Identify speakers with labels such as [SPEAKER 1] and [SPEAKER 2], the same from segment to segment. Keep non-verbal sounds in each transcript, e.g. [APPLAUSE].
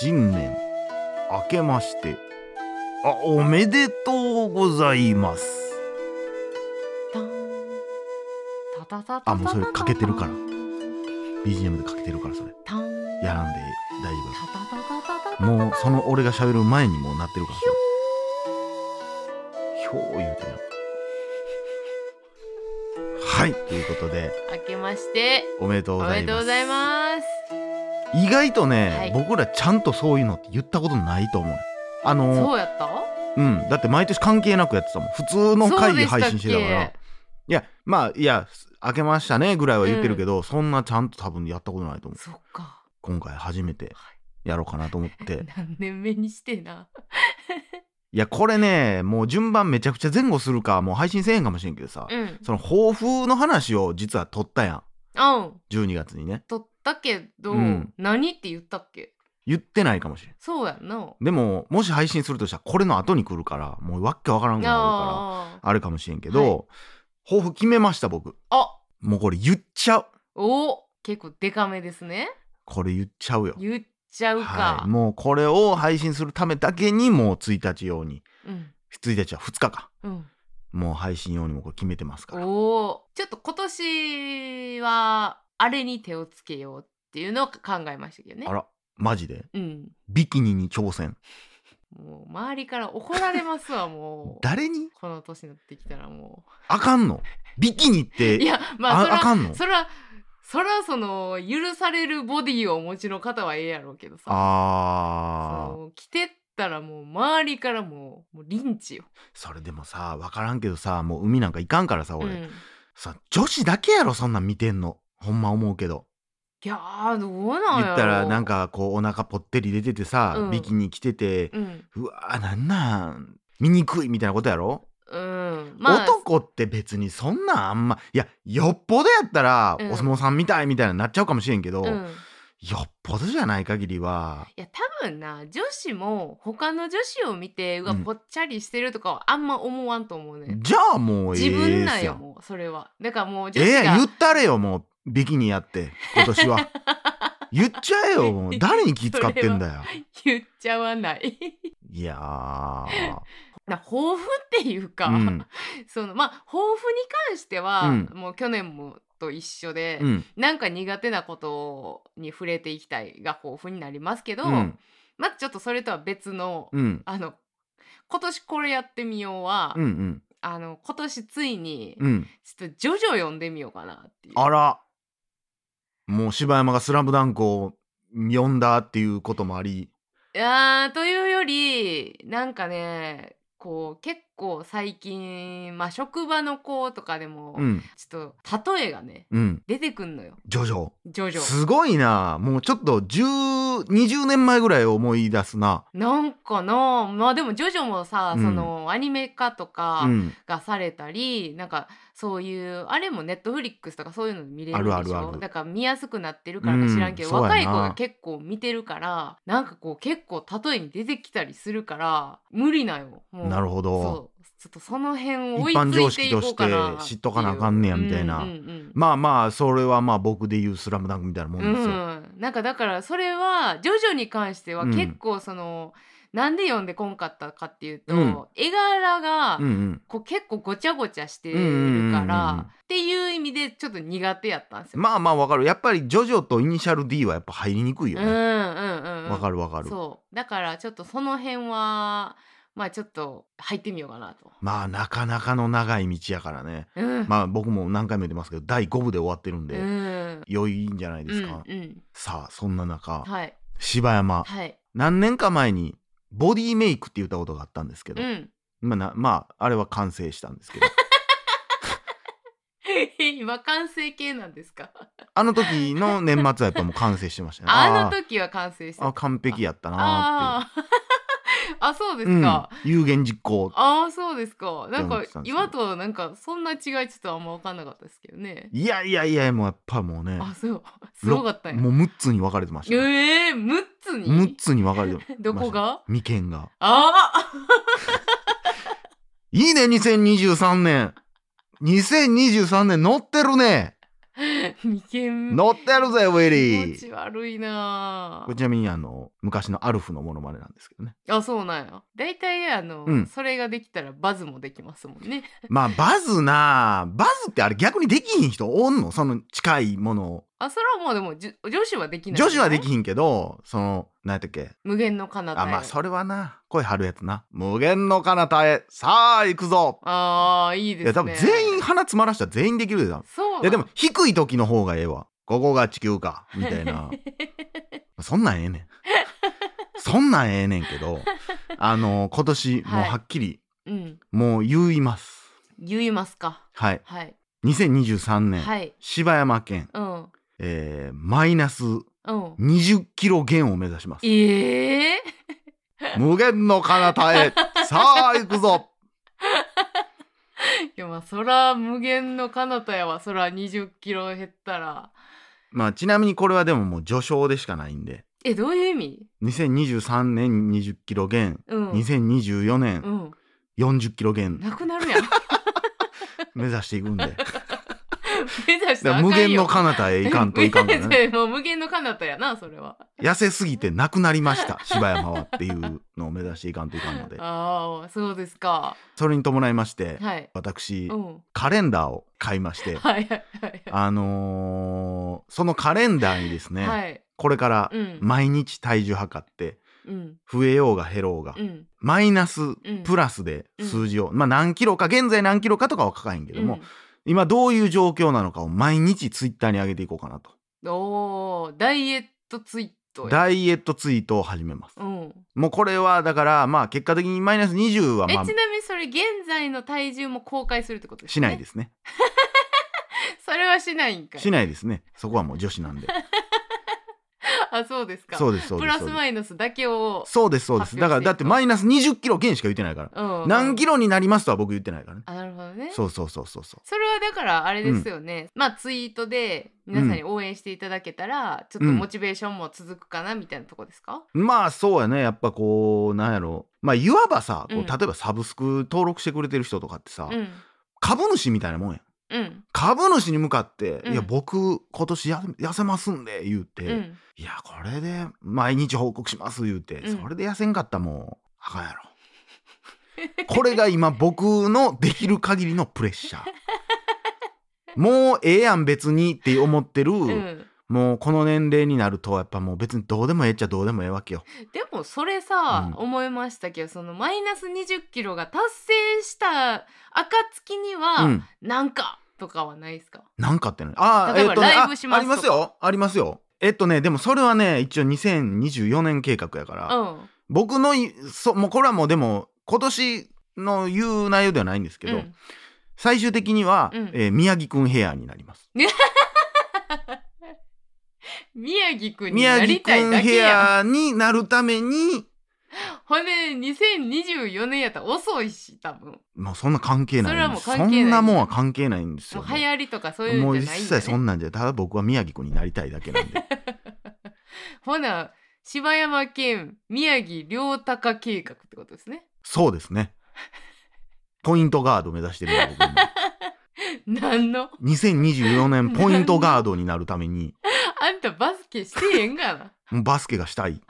[SPEAKER 1] 新年明けましてあおめでとうございます
[SPEAKER 2] タンタタタタタタ
[SPEAKER 1] あもうそれかけてるから BGM でかけてるからそれ
[SPEAKER 2] タン
[SPEAKER 1] やらんで大丈夫だ
[SPEAKER 2] タタタタタタタ
[SPEAKER 1] もうその俺が喋る前にもうなってるからひょー言うてやはいということで
[SPEAKER 2] 明けまして
[SPEAKER 1] おめでとう
[SPEAKER 2] お
[SPEAKER 1] ござ
[SPEAKER 2] め
[SPEAKER 1] い
[SPEAKER 2] でとう
[SPEAKER 1] ま
[SPEAKER 2] ご
[SPEAKER 1] す
[SPEAKER 2] ざいます
[SPEAKER 1] 意外とね、
[SPEAKER 2] はい
[SPEAKER 1] 僕らちゃんとそういうのって言ったことないと思うあの
[SPEAKER 2] そうやった
[SPEAKER 1] うんだって毎年関係なくやってたもん普通の
[SPEAKER 2] そ
[SPEAKER 1] 会
[SPEAKER 2] う
[SPEAKER 1] 議
[SPEAKER 2] でした
[SPEAKER 1] 配
[SPEAKER 2] っけ
[SPEAKER 1] 信してたからいやまあいや明けましたねぐらいは言ってるけど、そんなちゃんと多分やったことないと思う
[SPEAKER 2] そっか
[SPEAKER 1] 今回初めて
[SPEAKER 2] はい
[SPEAKER 1] やろうかなと思って
[SPEAKER 2] 何年目にしてない
[SPEAKER 1] やこれねもう順番めちゃくちゃ前後するかもう配信せえへんかもしれんけどさ、
[SPEAKER 2] うん
[SPEAKER 1] その抱負の話を実は取ったやん
[SPEAKER 2] うん
[SPEAKER 1] 12月にね
[SPEAKER 2] 取ったけど、
[SPEAKER 1] うん
[SPEAKER 2] 何って言ったっけ
[SPEAKER 1] 言ってないかもしれん
[SPEAKER 2] そうやんな
[SPEAKER 1] でももし配信するとしたらこれの後に来るからもうわっけわからんくなるから
[SPEAKER 2] あー
[SPEAKER 1] あるかもしれんけど、抱負決めました僕
[SPEAKER 2] あ
[SPEAKER 1] もうこれ言っちゃう
[SPEAKER 2] お結構デカめですね
[SPEAKER 1] これ言っちゃうよ
[SPEAKER 2] 言っちゃうか、
[SPEAKER 1] はい、もうこれを配信するためだけにもう1日用に
[SPEAKER 2] うん
[SPEAKER 1] 1日は2日か
[SPEAKER 2] うん
[SPEAKER 1] もう配信用にもこれ決めてますから
[SPEAKER 2] おおちょっと今年はあれに手をつけようっていうのを考えましたけどね
[SPEAKER 1] あらマジで
[SPEAKER 2] うん
[SPEAKER 1] ビキニに挑戦
[SPEAKER 2] もう周りから怒られますわもう
[SPEAKER 1] 誰に
[SPEAKER 2] この年になってきたらも
[SPEAKER 1] あかんのビキニっ
[SPEAKER 2] うい
[SPEAKER 1] て
[SPEAKER 2] やまあそ
[SPEAKER 1] あ
[SPEAKER 2] ら
[SPEAKER 1] あかんの
[SPEAKER 2] そらそらその許されるボディをお持ちの方はええやろうけどさ
[SPEAKER 1] あー
[SPEAKER 2] そう着てったらもう周りからもうもうリンチよ、
[SPEAKER 1] それでもさ分からんけどさもう海なんか行かんからさ
[SPEAKER 2] う
[SPEAKER 1] 俺、
[SPEAKER 2] ん、
[SPEAKER 1] さ女子だけやろそんなん見てんのほんま思うけど
[SPEAKER 2] いやーどうなんやろ
[SPEAKER 1] 言ったらなん、かこうお腹ぽってり出ててさ、
[SPEAKER 2] うん
[SPEAKER 1] ビキニ着てて、
[SPEAKER 2] うん
[SPEAKER 1] うわーなんなん醜いみたいなことやろ、
[SPEAKER 2] うん、まあ
[SPEAKER 1] 男って別にそんなんあんまいやよっぽどやったら
[SPEAKER 2] うん
[SPEAKER 1] お相撲さんみたいみたいになっちゃうかもしれんけど、
[SPEAKER 2] うん、
[SPEAKER 1] よっぽどじゃない限りはい
[SPEAKER 2] や多分な女子も他の女子を見てうわ、
[SPEAKER 1] うん
[SPEAKER 2] ぽっちゃりしてるとかはあんま思わんと思うね
[SPEAKER 1] じゃあもうえ
[SPEAKER 2] 自
[SPEAKER 1] え
[SPEAKER 2] 分
[SPEAKER 1] っ
[SPEAKER 2] なん
[SPEAKER 1] す
[SPEAKER 2] よ
[SPEAKER 1] やん
[SPEAKER 2] もうそれはだからもう女
[SPEAKER 1] ええ
[SPEAKER 2] 子
[SPEAKER 1] や
[SPEAKER 2] が
[SPEAKER 1] ん言ったれよもうビキニやって今年は言っちゃえよもう誰に気使ってんだよ
[SPEAKER 2] [LAUGHS] 言っちゃわない
[SPEAKER 1] いやー
[SPEAKER 2] な抱負っていう [LAUGHS] か、
[SPEAKER 1] うん
[SPEAKER 2] そのまあ抱負に関しては、
[SPEAKER 1] うん
[SPEAKER 2] もう去年もと一緒で、
[SPEAKER 1] うん
[SPEAKER 2] なんか苦手なことに触れていきたいが抱負になりますけど、
[SPEAKER 1] うん
[SPEAKER 2] まずちょっとそれとは別の、
[SPEAKER 1] うん
[SPEAKER 2] あの今年これやってみようは、
[SPEAKER 1] うんうん
[SPEAKER 2] あの今年ついに、
[SPEAKER 1] うん
[SPEAKER 2] ちょっとジョジョ読んでみようかなっていう。
[SPEAKER 1] あらもう柴山が「スラムダンクを読んだっていうこともあり
[SPEAKER 2] いやーというよりなんかねこう結構最近、まあ、職場の子とかでも、
[SPEAKER 1] うん
[SPEAKER 2] ちょっと例えがね
[SPEAKER 1] うん
[SPEAKER 2] 出てくんのよ
[SPEAKER 1] ジョジョ
[SPEAKER 2] ジョジョ。
[SPEAKER 1] すごいなもうちょっと10 20年前ぐらいを思い出すな
[SPEAKER 2] なんかなまあでもジョジョもさ、
[SPEAKER 1] うん
[SPEAKER 2] そのアニメ化と
[SPEAKER 1] う
[SPEAKER 2] か
[SPEAKER 1] ん
[SPEAKER 2] がされたり、なんかそういうあれもネットフリックスとかそういうの見れるでしょ
[SPEAKER 1] あるあるある
[SPEAKER 2] だから見やすくなってるからか知らんけど、
[SPEAKER 1] うんそうやな
[SPEAKER 2] 若い子が結構見てるからなんかこう結構例えに出てきたりするから無理なよもう
[SPEAKER 1] なるほど
[SPEAKER 2] そうちょっとその辺を追
[SPEAKER 1] 一
[SPEAKER 2] い
[SPEAKER 1] 般
[SPEAKER 2] つ
[SPEAKER 1] 常
[SPEAKER 2] いて
[SPEAKER 1] 識
[SPEAKER 2] い
[SPEAKER 1] と
[SPEAKER 2] こ
[SPEAKER 1] し
[SPEAKER 2] うか
[SPEAKER 1] て
[SPEAKER 2] な
[SPEAKER 1] 知っとかなあかんねやみたいな、
[SPEAKER 2] うんうん
[SPEAKER 1] まあまあそれはまあ僕で言う「スラムダンクみたいなも
[SPEAKER 2] うんん
[SPEAKER 1] ですよ、
[SPEAKER 2] うんなんかだからそれはジョジョに関しては
[SPEAKER 1] うん
[SPEAKER 2] 結構その、なんで読んでこんかったかっていうと、
[SPEAKER 1] うん
[SPEAKER 2] 絵柄が
[SPEAKER 1] うんうん
[SPEAKER 2] こう結構ごちゃごちゃして
[SPEAKER 1] うんうんうんう
[SPEAKER 2] る
[SPEAKER 1] ん
[SPEAKER 2] から、っていう意味でちょっと苦手やったんですよ。
[SPEAKER 1] まあまあわかるやっぱり「ジョジョ」と「イニシャル D」はやっぱ入りにくいよ
[SPEAKER 2] うんう
[SPEAKER 1] ね
[SPEAKER 2] んうんうん、
[SPEAKER 1] わ、かるわかる
[SPEAKER 2] そうだからちょっとその辺はまあちょっと入ってみようかなと。
[SPEAKER 1] まあなかなかの長い道やからね
[SPEAKER 2] うん
[SPEAKER 1] まあ僕も何回も言ってますけど第5部で終わってるんで、
[SPEAKER 2] うん
[SPEAKER 1] 良いんじゃないですか、
[SPEAKER 2] うんうん、
[SPEAKER 1] さあそんな中
[SPEAKER 2] はい
[SPEAKER 1] 柴山
[SPEAKER 2] はい。
[SPEAKER 1] 何年か前に「ボディメイク」って言ったことがあったんですけど、
[SPEAKER 2] うん、 [LAUGHS]
[SPEAKER 1] まあなまああれは完成したんですけど
[SPEAKER 2] 今完成形なんですか
[SPEAKER 1] あの時の年末はやっぱもう完成してましたね
[SPEAKER 2] [LAUGHS] あ
[SPEAKER 1] ー
[SPEAKER 2] の時は完成してた
[SPEAKER 1] あ完璧やったなーって
[SPEAKER 2] あー [LAUGHS] あそうで
[SPEAKER 1] う
[SPEAKER 2] すか、
[SPEAKER 1] ん、有言実行
[SPEAKER 2] ああそうですかなん
[SPEAKER 1] 思っ
[SPEAKER 2] か
[SPEAKER 1] てたんですけど
[SPEAKER 2] 今となんかそんな違いちょっとあんま分かんなかったですけどね
[SPEAKER 1] いやいやいやもうやっぱもうね
[SPEAKER 2] あそうすごかったんや
[SPEAKER 1] もう6つに分かれてました、
[SPEAKER 2] ええー、6つに
[SPEAKER 1] 6つに分かれてました
[SPEAKER 2] どこが
[SPEAKER 1] 眉間が
[SPEAKER 2] ああ
[SPEAKER 1] いいね2023年2023年乗ってるね
[SPEAKER 2] [LAUGHS] 二軒目
[SPEAKER 1] 乗ってやるぜウィ
[SPEAKER 2] 気
[SPEAKER 1] リ
[SPEAKER 2] 持
[SPEAKER 1] ー
[SPEAKER 2] ち悪いな
[SPEAKER 1] これちなみにあの昔のアルフのモノマネなんですけどね
[SPEAKER 2] あそうなんや大体あの、
[SPEAKER 1] うん
[SPEAKER 2] それができたらバズもできますもんね
[SPEAKER 1] まあバズなあバズってあれ逆にできひん人おんのその近いものを
[SPEAKER 2] あそれはもうでもじゅ女子はできない
[SPEAKER 1] 女子はでき
[SPEAKER 2] ん
[SPEAKER 1] ひんけどその何やったっけ
[SPEAKER 2] 無限の彼方へ
[SPEAKER 1] あまあそれはな声張るやつな無限の彼方へさあ行くぞ
[SPEAKER 2] あーいい
[SPEAKER 1] い
[SPEAKER 2] ですね
[SPEAKER 1] や多分全員鼻詰まらしたら全員できるでな
[SPEAKER 2] そうなん
[SPEAKER 1] いやでも低い時の方がええわここが地球かみたい
[SPEAKER 2] [LAUGHS]
[SPEAKER 1] なそんなんええねんそんなんええねんけどあの今年もうはっきり、
[SPEAKER 2] うん
[SPEAKER 1] もう言います
[SPEAKER 2] 言いますか
[SPEAKER 1] はい
[SPEAKER 2] はい、
[SPEAKER 1] 2023年、
[SPEAKER 2] はい
[SPEAKER 1] 柴山県、
[SPEAKER 2] うん
[SPEAKER 1] えーマイナス
[SPEAKER 2] うん
[SPEAKER 1] 20キロ減を目指します
[SPEAKER 2] [LAUGHS] ええ
[SPEAKER 1] 無限の彼方
[SPEAKER 2] [LAUGHS]
[SPEAKER 1] へさあ行くぞ
[SPEAKER 2] いやまあそら無限の彼方やわそら20キロ減ったら
[SPEAKER 1] まあちなみにこれはでももう序章でしかないんで
[SPEAKER 2] えどういう意味
[SPEAKER 1] 2023年20キロ減
[SPEAKER 2] うん
[SPEAKER 1] 2024
[SPEAKER 2] う
[SPEAKER 1] 年
[SPEAKER 2] ん
[SPEAKER 1] 40キロ減
[SPEAKER 2] なくなるやん
[SPEAKER 1] [LAUGHS] 目指していく
[SPEAKER 2] [LAUGHS]
[SPEAKER 1] んでだか
[SPEAKER 2] 目指したら
[SPEAKER 1] ら
[SPEAKER 2] あかん
[SPEAKER 1] 無
[SPEAKER 2] よ
[SPEAKER 1] 限の彼方へ行かんとい
[SPEAKER 2] [LAUGHS]
[SPEAKER 1] かんからね
[SPEAKER 2] もう無限の彼方やなそれは
[SPEAKER 1] 痩せすぎてなくなりました柴山はっていうのを目指していかんといかんの
[SPEAKER 2] [LAUGHS]
[SPEAKER 1] で
[SPEAKER 2] ああそうですか
[SPEAKER 1] それに伴いまして
[SPEAKER 2] はい
[SPEAKER 1] 私
[SPEAKER 2] うん
[SPEAKER 1] カレンダーを買いまして
[SPEAKER 2] はいはいはい
[SPEAKER 1] あのーそのカレンダーにですね、
[SPEAKER 2] はい
[SPEAKER 1] これから
[SPEAKER 2] うん
[SPEAKER 1] 毎日体重測って
[SPEAKER 2] うん
[SPEAKER 1] 増えようが減ろうが、
[SPEAKER 2] うん
[SPEAKER 1] マイナス
[SPEAKER 2] ん
[SPEAKER 1] プラスで数字を、まあ何キロか現在何キロかとかは書かへんけども、今どういう状況なのかを毎日ツイッターに上げていこうかなと
[SPEAKER 2] うん、おーダイエットツイートや
[SPEAKER 1] ダイエットツイートを始めます、
[SPEAKER 2] うん
[SPEAKER 1] もうこれはだからまあ結果的にマイナス20は
[SPEAKER 2] え
[SPEAKER 1] まあ
[SPEAKER 2] ちなみにそれ現在の体重も公開するってことです
[SPEAKER 1] し
[SPEAKER 2] ね
[SPEAKER 1] ないですね
[SPEAKER 2] それはしないんかい
[SPEAKER 1] しないですねそこはもう女子なんで
[SPEAKER 2] あそうですか
[SPEAKER 1] そうですそう
[SPEAKER 2] プ
[SPEAKER 1] です
[SPEAKER 2] ラ
[SPEAKER 1] そ
[SPEAKER 2] ス
[SPEAKER 1] うです
[SPEAKER 2] マイナスだけを、
[SPEAKER 1] そうですそうですだからだってマイナス20キロ減しか言ってないから
[SPEAKER 2] うん、
[SPEAKER 1] 何キ
[SPEAKER 2] ロ
[SPEAKER 1] ロになりますとは僕言ってないからね
[SPEAKER 2] あなるほどね
[SPEAKER 1] そうそうそうそうそ
[SPEAKER 2] それはだからあれですよね、まあツイートで皆さんに応援していただけたら、ちょっとモチベーションも続くかなみたいなとこですか、
[SPEAKER 1] うまあそうやねやっぱこうなんやろまあいわばさこう
[SPEAKER 2] うん
[SPEAKER 1] 例えばサブスク登録してくれてる人とかってさ、
[SPEAKER 2] うん、
[SPEAKER 1] 株主みたいなもんやん
[SPEAKER 2] うん
[SPEAKER 1] 株主に向かって「
[SPEAKER 2] うん
[SPEAKER 1] いや僕今年や痩せますんで」言うて「
[SPEAKER 2] うん
[SPEAKER 1] いやこれで毎日報告します」言うて、
[SPEAKER 2] うん
[SPEAKER 1] それで痩せんかったらもうあかんやろこれが今僕のできる限りのプレッシャ
[SPEAKER 2] [LAUGHS]
[SPEAKER 1] ーもうええやん別にって思ってる、
[SPEAKER 2] うん
[SPEAKER 1] もうこの年齢になるとやっぱもう別にどうでもええっちゃどうでもええわけよ。
[SPEAKER 2] でもそれさ、
[SPEAKER 1] うん
[SPEAKER 2] 思いましたけどそのマイナス2 0キロが達成した暁には、
[SPEAKER 1] うん、
[SPEAKER 2] なんかとかはないですか
[SPEAKER 1] なんかってね。ああ、
[SPEAKER 2] 例えば
[SPEAKER 1] っとね、
[SPEAKER 2] ライ
[SPEAKER 1] あ
[SPEAKER 2] ブします
[SPEAKER 1] ありますよ。ありますよ。えっとね、でもそれはね、一応2024年計画やか
[SPEAKER 2] う
[SPEAKER 1] ら、
[SPEAKER 2] ん
[SPEAKER 1] 僕のいそ、もうこれはもうでも、今年の言う内容ではないんですけど、
[SPEAKER 2] うん
[SPEAKER 1] 最終的には、
[SPEAKER 2] うん
[SPEAKER 1] えー宮城くんヘアになります。
[SPEAKER 2] 宮城くんに
[SPEAKER 1] 宮
[SPEAKER 2] な
[SPEAKER 1] 城
[SPEAKER 2] り
[SPEAKER 1] く
[SPEAKER 2] たい
[SPEAKER 1] ん
[SPEAKER 2] だけ
[SPEAKER 1] ヘ
[SPEAKER 2] やん
[SPEAKER 1] アになるために、
[SPEAKER 2] ほんで2024年やったら遅いし多分も
[SPEAKER 1] もうそんな関係ない
[SPEAKER 2] それはもう関係
[SPEAKER 1] そ
[SPEAKER 2] ない
[SPEAKER 1] んなもんは関係ないんです
[SPEAKER 2] う流
[SPEAKER 1] よ。
[SPEAKER 2] 行りとかそうい
[SPEAKER 1] も
[SPEAKER 2] う
[SPEAKER 1] うん一
[SPEAKER 2] じゃないんだ、
[SPEAKER 1] 切
[SPEAKER 2] ね、
[SPEAKER 1] そんなんじゃただ僕は宮城くんになりたいだけなんで
[SPEAKER 2] [LAUGHS] ほな柴山県宮城良鷹計画ってことですね [LAUGHS]
[SPEAKER 1] そうですねポイントガード目指してるんで僕今
[SPEAKER 2] 何の [LAUGHS]
[SPEAKER 1] 2024年ポイントガードになるために
[SPEAKER 2] あんたバスケしてへんがな
[SPEAKER 1] もうバスケがしたい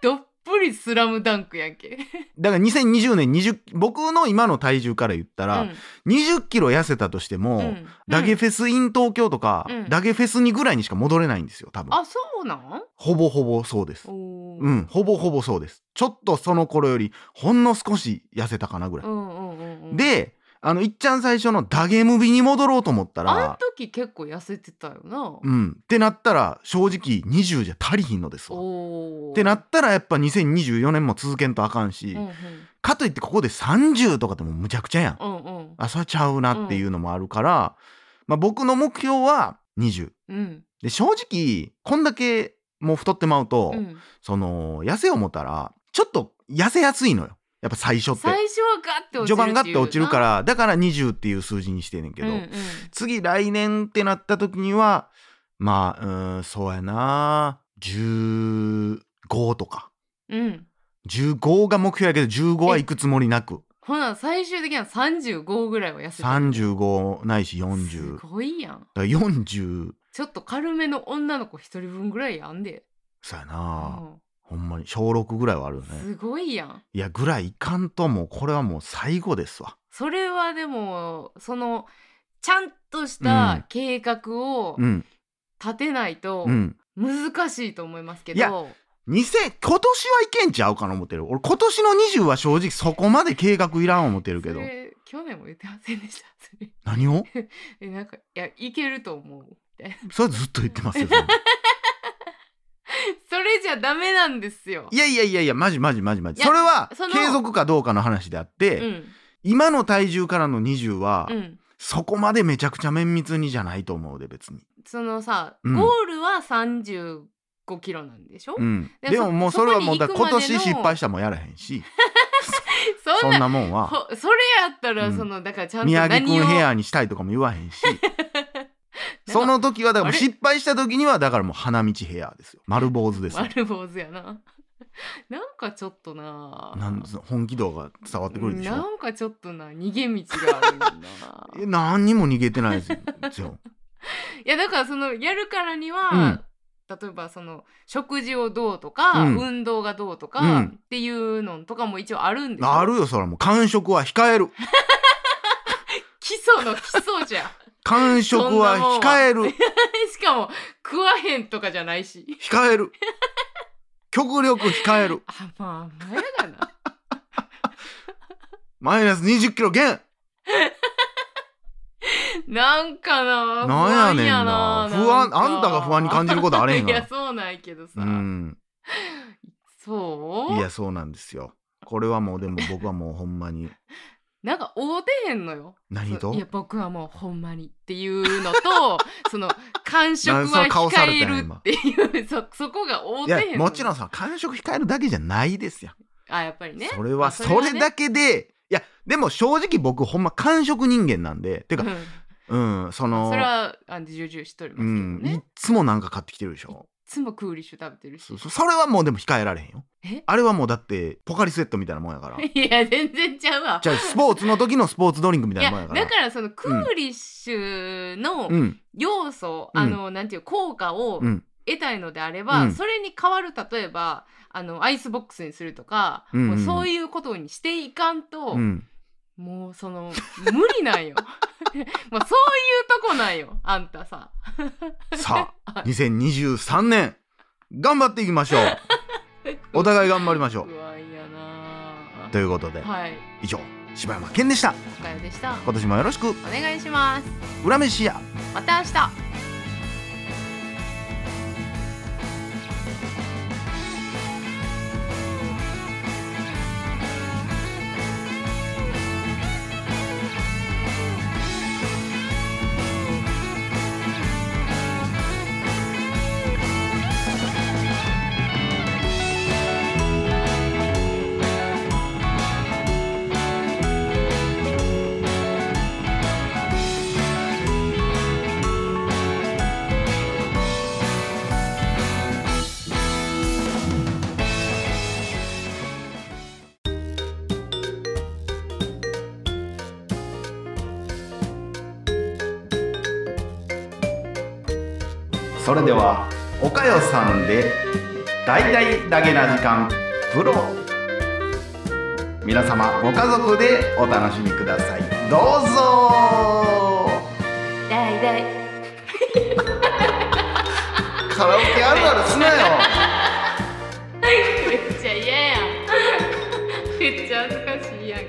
[SPEAKER 2] どっぷりスラムダンクやんけ
[SPEAKER 1] だから2020年20僕の今の体重から言った
[SPEAKER 2] う
[SPEAKER 1] ら、
[SPEAKER 2] ん
[SPEAKER 1] 20キロ痩せたとしても、
[SPEAKER 2] うん
[SPEAKER 1] ダゲフェスイン東京とか、
[SPEAKER 2] うん
[SPEAKER 1] ダゲフェスにぐらいにしか戻れないんですよ多分
[SPEAKER 2] あそうなん
[SPEAKER 1] ほぼほぼそうです
[SPEAKER 2] おー
[SPEAKER 1] うんほぼほぼそうですちょっとその頃よりほんの少し痩せたかなぐらい、
[SPEAKER 2] うんうんうんうん
[SPEAKER 1] であのいっちゃん最初のダゲムビに戻ろうと思った
[SPEAKER 2] あん
[SPEAKER 1] ら
[SPEAKER 2] 時結構痩せてたよな、
[SPEAKER 1] うんってなったら正直20じゃ足りひんのですわ
[SPEAKER 2] おお
[SPEAKER 1] ってなったらやっぱ2024年も続けんとあかんし、
[SPEAKER 2] うんうん
[SPEAKER 1] かといってここで30とかでもむちゃくちゃやん、
[SPEAKER 2] うんうん
[SPEAKER 1] あそれちゃうなっていうのもあるから、まあ、僕の目標は20
[SPEAKER 2] うん
[SPEAKER 1] で正直こんだけもう太ってまうと、
[SPEAKER 2] うん
[SPEAKER 1] その痩せよう思ったらちょっと痩せやすいのよやっぱ最初って
[SPEAKER 2] 最初はガッて落ちる
[SPEAKER 1] 序盤がって落ちるかららだから20っていう数字にしてんねんけど、
[SPEAKER 2] うんうん、
[SPEAKER 1] 次来年ってなった時にはまあうーんそうやな15とか。
[SPEAKER 2] うん
[SPEAKER 1] 15が目標やけど15はいくつもりなく
[SPEAKER 2] ほな最終的には35ぐらいは痩せてる
[SPEAKER 1] 35ないし40だ
[SPEAKER 2] す
[SPEAKER 1] か
[SPEAKER 2] ごいやん
[SPEAKER 1] ら40
[SPEAKER 2] ちょっと軽めの女の子一人分ぐらいやんで
[SPEAKER 1] そうやな、ほんまに小6ぐらいはあるよ
[SPEAKER 2] うん
[SPEAKER 1] ね
[SPEAKER 2] すごいやん
[SPEAKER 1] いやぐらいいかんともうこれはもう最後ですわ
[SPEAKER 2] それはでもそのちゃんとした計画を
[SPEAKER 1] うん
[SPEAKER 2] 立てないと
[SPEAKER 1] うん
[SPEAKER 2] 難しいと思いますけ
[SPEAKER 1] いや
[SPEAKER 2] ど、
[SPEAKER 1] 2000今年はいけんちゃうかな思ってる俺今年の20は正直そこまで計画いらん思ってるけ
[SPEAKER 2] そ
[SPEAKER 1] ど
[SPEAKER 2] れ去年も言ってませんでした [LAUGHS] それ
[SPEAKER 1] 何を
[SPEAKER 2] えなんかいやいけると思う [LAUGHS] みたいな
[SPEAKER 1] それずっと言ってますよ
[SPEAKER 2] [LAUGHS]
[SPEAKER 1] それ
[SPEAKER 2] それじゃダメなんですよ
[SPEAKER 1] いやいやいやいやマジマジマジマジ
[SPEAKER 2] いや
[SPEAKER 1] それは
[SPEAKER 2] その
[SPEAKER 1] 継続かどうかの話であって、
[SPEAKER 2] うん
[SPEAKER 1] 今の体重からの20は、
[SPEAKER 2] うん
[SPEAKER 1] そこまでめちゃくちゃ綿密にじゃないと思うで別に、
[SPEAKER 2] そのさ、
[SPEAKER 1] うん
[SPEAKER 2] ゴールは35キロなんでしょ、
[SPEAKER 1] うん、
[SPEAKER 2] で
[SPEAKER 1] でも
[SPEAKER 2] そ
[SPEAKER 1] もうそれはもう
[SPEAKER 2] そこ
[SPEAKER 1] だ
[SPEAKER 2] に
[SPEAKER 1] から
[SPEAKER 2] 行く
[SPEAKER 1] 今
[SPEAKER 2] までの
[SPEAKER 1] 年失敗したらもうやらへんし
[SPEAKER 2] そ
[SPEAKER 1] そ
[SPEAKER 2] ん
[SPEAKER 1] ん
[SPEAKER 2] な
[SPEAKER 1] なもんは
[SPEAKER 2] ほそれやったら、
[SPEAKER 1] うん
[SPEAKER 2] そのだからちゃんと
[SPEAKER 1] 宮城く
[SPEAKER 2] 何を
[SPEAKER 1] んヘアにしたいとかも言わへんしその時はだから
[SPEAKER 2] あれ
[SPEAKER 1] 失敗した時にはだからもう花道ヘアですよ丸坊主ですよ
[SPEAKER 2] 丸坊主やな [LAUGHS] なんかちょっとな
[SPEAKER 1] なん本気度が伝わってくるでし
[SPEAKER 2] な
[SPEAKER 1] ょ
[SPEAKER 2] んかちょっとな逃げ道があるん
[SPEAKER 1] [LAUGHS]
[SPEAKER 2] だな
[SPEAKER 1] え何にも逃げてないですよ
[SPEAKER 2] いやだからそのやるからに
[SPEAKER 1] うん
[SPEAKER 2] は、例えばその食事をどうとか、
[SPEAKER 1] うん
[SPEAKER 2] 運動がどうとか、
[SPEAKER 1] うん
[SPEAKER 2] っていうのとかも一応あるんです
[SPEAKER 1] あるよそらもう間食は控える
[SPEAKER 2] 基礎の基礎じゃん
[SPEAKER 1] [LAUGHS] 間食は控える
[SPEAKER 2] しかも食わへんとかじゃないし
[SPEAKER 1] 控える極力控える
[SPEAKER 2] あまあ甘やがな
[SPEAKER 1] マイナス2 0キロ減
[SPEAKER 2] [LAUGHS] なんかな
[SPEAKER 1] なんやねん
[SPEAKER 2] や
[SPEAKER 1] な
[SPEAKER 2] な
[SPEAKER 1] 不安
[SPEAKER 2] か
[SPEAKER 1] あんたが不安に感じることあれへん
[SPEAKER 2] いや
[SPEAKER 1] が
[SPEAKER 2] そうないけどさ、
[SPEAKER 1] うん
[SPEAKER 2] そう
[SPEAKER 1] いやそうなんですよこれはもうでも僕はもうほんまに
[SPEAKER 2] なんか会うてへんのよ。
[SPEAKER 1] 何と
[SPEAKER 2] そういや僕はもうほんまにっていうのと
[SPEAKER 1] [LAUGHS]
[SPEAKER 2] その感触
[SPEAKER 1] なんそ
[SPEAKER 2] は
[SPEAKER 1] の顔さ
[SPEAKER 2] 控
[SPEAKER 1] れて
[SPEAKER 2] え
[SPEAKER 1] んの
[SPEAKER 2] るっていう [LAUGHS] そそこが会う
[SPEAKER 1] い
[SPEAKER 2] てへ
[SPEAKER 1] や
[SPEAKER 2] んのよ
[SPEAKER 1] もちろんさ間食控えるだけじゃないですよ
[SPEAKER 2] あやっぱりね
[SPEAKER 1] それは
[SPEAKER 2] あ
[SPEAKER 1] それだ
[SPEAKER 2] け
[SPEAKER 1] けで、いやでも正直僕ほんま間食人間なんでてかうんその
[SPEAKER 2] それはあの重々しとり
[SPEAKER 1] う
[SPEAKER 2] ますけど
[SPEAKER 1] ん
[SPEAKER 2] ね、
[SPEAKER 1] い
[SPEAKER 2] い
[SPEAKER 1] っつもなんか買ってきてるでしょ
[SPEAKER 2] つもクーリッシュ食べてるし
[SPEAKER 1] そそそれはもうでも控えられへんよ
[SPEAKER 2] え
[SPEAKER 1] あれはもうだってポカリスエットみたいなもんやから
[SPEAKER 2] [LAUGHS] いや全然ちゃうわ
[SPEAKER 1] じゃあスポーツの時のスポーツドリンクみ
[SPEAKER 2] い
[SPEAKER 1] たいなもん
[SPEAKER 2] や
[SPEAKER 1] やから
[SPEAKER 2] だからそのクーリッシュの
[SPEAKER 1] うん
[SPEAKER 2] 要素、
[SPEAKER 1] うん
[SPEAKER 2] あのなんていう効果を
[SPEAKER 1] うん
[SPEAKER 2] 得たいのであれば、
[SPEAKER 1] うん
[SPEAKER 2] それに代わる例えばあのアイスボックスにするとか、
[SPEAKER 1] うんうん
[SPEAKER 2] もうそういうことにしていかんと、
[SPEAKER 1] うん
[SPEAKER 2] もうその無理なんよ [LAUGHS] もうそういうとこなんよあんたさ
[SPEAKER 1] さあ2023年頑張っていきましょ
[SPEAKER 2] [LAUGHS]
[SPEAKER 1] うお互い頑張りましょ
[SPEAKER 2] 不安やな
[SPEAKER 1] うということで
[SPEAKER 2] はい
[SPEAKER 1] 以上柴山健でした
[SPEAKER 2] おかよでした
[SPEAKER 1] 今年もよろしく
[SPEAKER 2] お願いします
[SPEAKER 1] 裏飯や
[SPEAKER 2] また明日
[SPEAKER 1] それではおかよさんで大々だけな時間プロ皆様ご家族でお楽しみくださいどうぞ
[SPEAKER 2] だいだい
[SPEAKER 1] カラオケあるあるすなよ
[SPEAKER 2] めっちゃ嫌やんめっちゃ恥ずかしいやんけ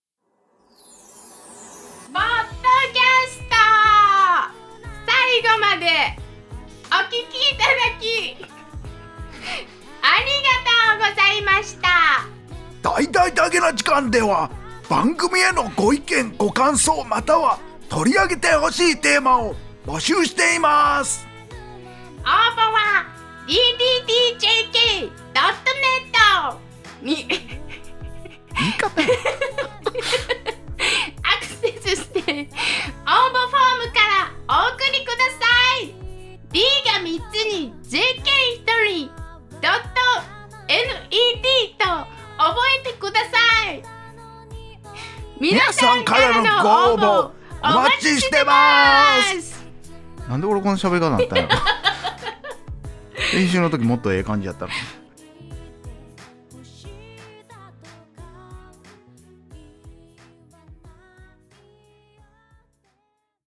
[SPEAKER 2] ポッドキャスト最後までお聞きいただきありがとうございました
[SPEAKER 1] [LAUGHS] 大々だけな時間では番組へのご意見ご感想または取り上げてほしいテーマを募集しています
[SPEAKER 2] 応募は ddjk.net に
[SPEAKER 1] 言い方
[SPEAKER 2] アクセスして応募フォームからお送りください D が3つに JK1 人ドット NED と覚えてください
[SPEAKER 1] 皆さんからのご応募お待ちしてます [LAUGHS] なんで俺この喋り方になったんやろ練習の時もっとええ感じやったの